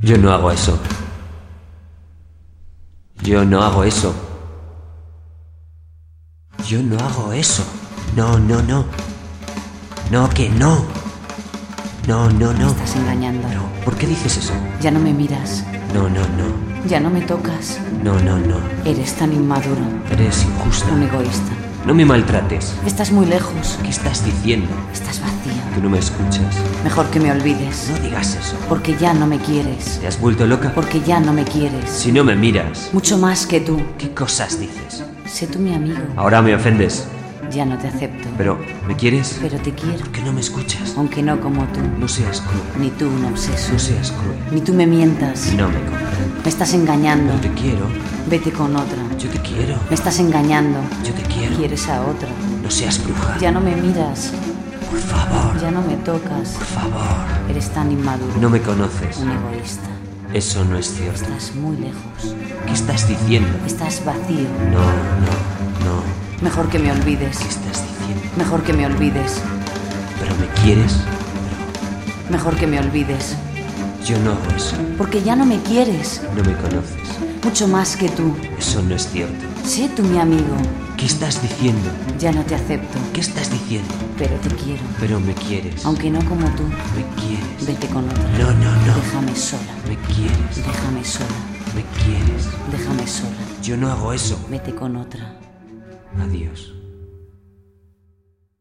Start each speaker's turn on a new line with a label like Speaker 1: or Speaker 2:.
Speaker 1: Yo no hago eso. Yo no hago eso. Yo no hago eso. No, no, no. No, que no. No, no,
Speaker 2: Me
Speaker 1: no.
Speaker 2: estás engañando.
Speaker 1: No, ¿por qué dices eso?
Speaker 2: Ya no me miras.
Speaker 1: No, no, no.
Speaker 2: Ya no me tocas.
Speaker 1: No, no, no.
Speaker 2: Eres tan inmaduro.
Speaker 1: Eres injusta.
Speaker 2: Un egoísta.
Speaker 1: No me maltrates.
Speaker 2: Estás muy lejos.
Speaker 1: ¿Qué estás diciendo?
Speaker 2: Estás vacío.
Speaker 1: Que no me escuchas.
Speaker 2: Mejor que me olvides.
Speaker 1: No digas eso.
Speaker 2: Porque ya no me quieres.
Speaker 1: ¿Te has vuelto loca?
Speaker 2: Porque ya no me quieres.
Speaker 1: Si no me miras,
Speaker 2: Mucho más que tú.
Speaker 1: ¿qué cosas dices?
Speaker 2: Sé tú mi amigo.
Speaker 1: Ahora me ofendes.
Speaker 2: Ya no te acepto.
Speaker 1: Pero, ¿me quieres?
Speaker 2: Pero te quiero.
Speaker 1: ¿Por qué no me escuchas?
Speaker 2: Aunque no como tú.
Speaker 1: No seas cruel.
Speaker 2: Ni tú un obseso.
Speaker 1: No seas cruel.
Speaker 2: Ni tú me mientas.
Speaker 1: No me comprendes.
Speaker 2: Me estás engañando.
Speaker 1: Yo te quiero.
Speaker 2: Vete con otra.
Speaker 1: Yo te quiero.
Speaker 2: Me estás engañando.
Speaker 1: Yo te quiero.
Speaker 2: Quieres a otra.
Speaker 1: No seas bruja.
Speaker 2: Ya no me miras.
Speaker 1: Por favor.
Speaker 2: Ya no me tocas.
Speaker 1: Por favor.
Speaker 2: Eres tan inmaduro.
Speaker 1: No me conoces.
Speaker 2: Un egoísta.
Speaker 1: Eso no es cierto.
Speaker 2: Estás muy lejos.
Speaker 1: ¿Qué estás diciendo?
Speaker 2: Estás vacío.
Speaker 1: No, no, no.
Speaker 2: Mejor que me olvides.
Speaker 1: ¿Qué estás diciendo?
Speaker 2: Mejor que me olvides.
Speaker 1: ¿Pero me quieres?
Speaker 2: Mejor que me olvides.
Speaker 1: Yo no hago eso.
Speaker 2: Porque ya no me quieres.
Speaker 1: No me conoces.
Speaker 2: Mucho más que tú.
Speaker 1: Eso no es cierto.
Speaker 2: Sé tú mi amigo.
Speaker 1: ¿Qué estás diciendo?
Speaker 2: Ya no te acepto.
Speaker 1: ¿Qué estás diciendo?
Speaker 2: Pero te quiero.
Speaker 1: Pero me quieres.
Speaker 2: Aunque no como tú.
Speaker 1: Me quieres.
Speaker 2: Vete con otra.
Speaker 1: No, no, no.
Speaker 2: Déjame sola.
Speaker 1: Me quieres.
Speaker 2: Déjame sola.
Speaker 1: Me quieres.
Speaker 2: Déjame sola.
Speaker 1: Yo no hago eso.
Speaker 2: Vete con otra.
Speaker 1: Adiós.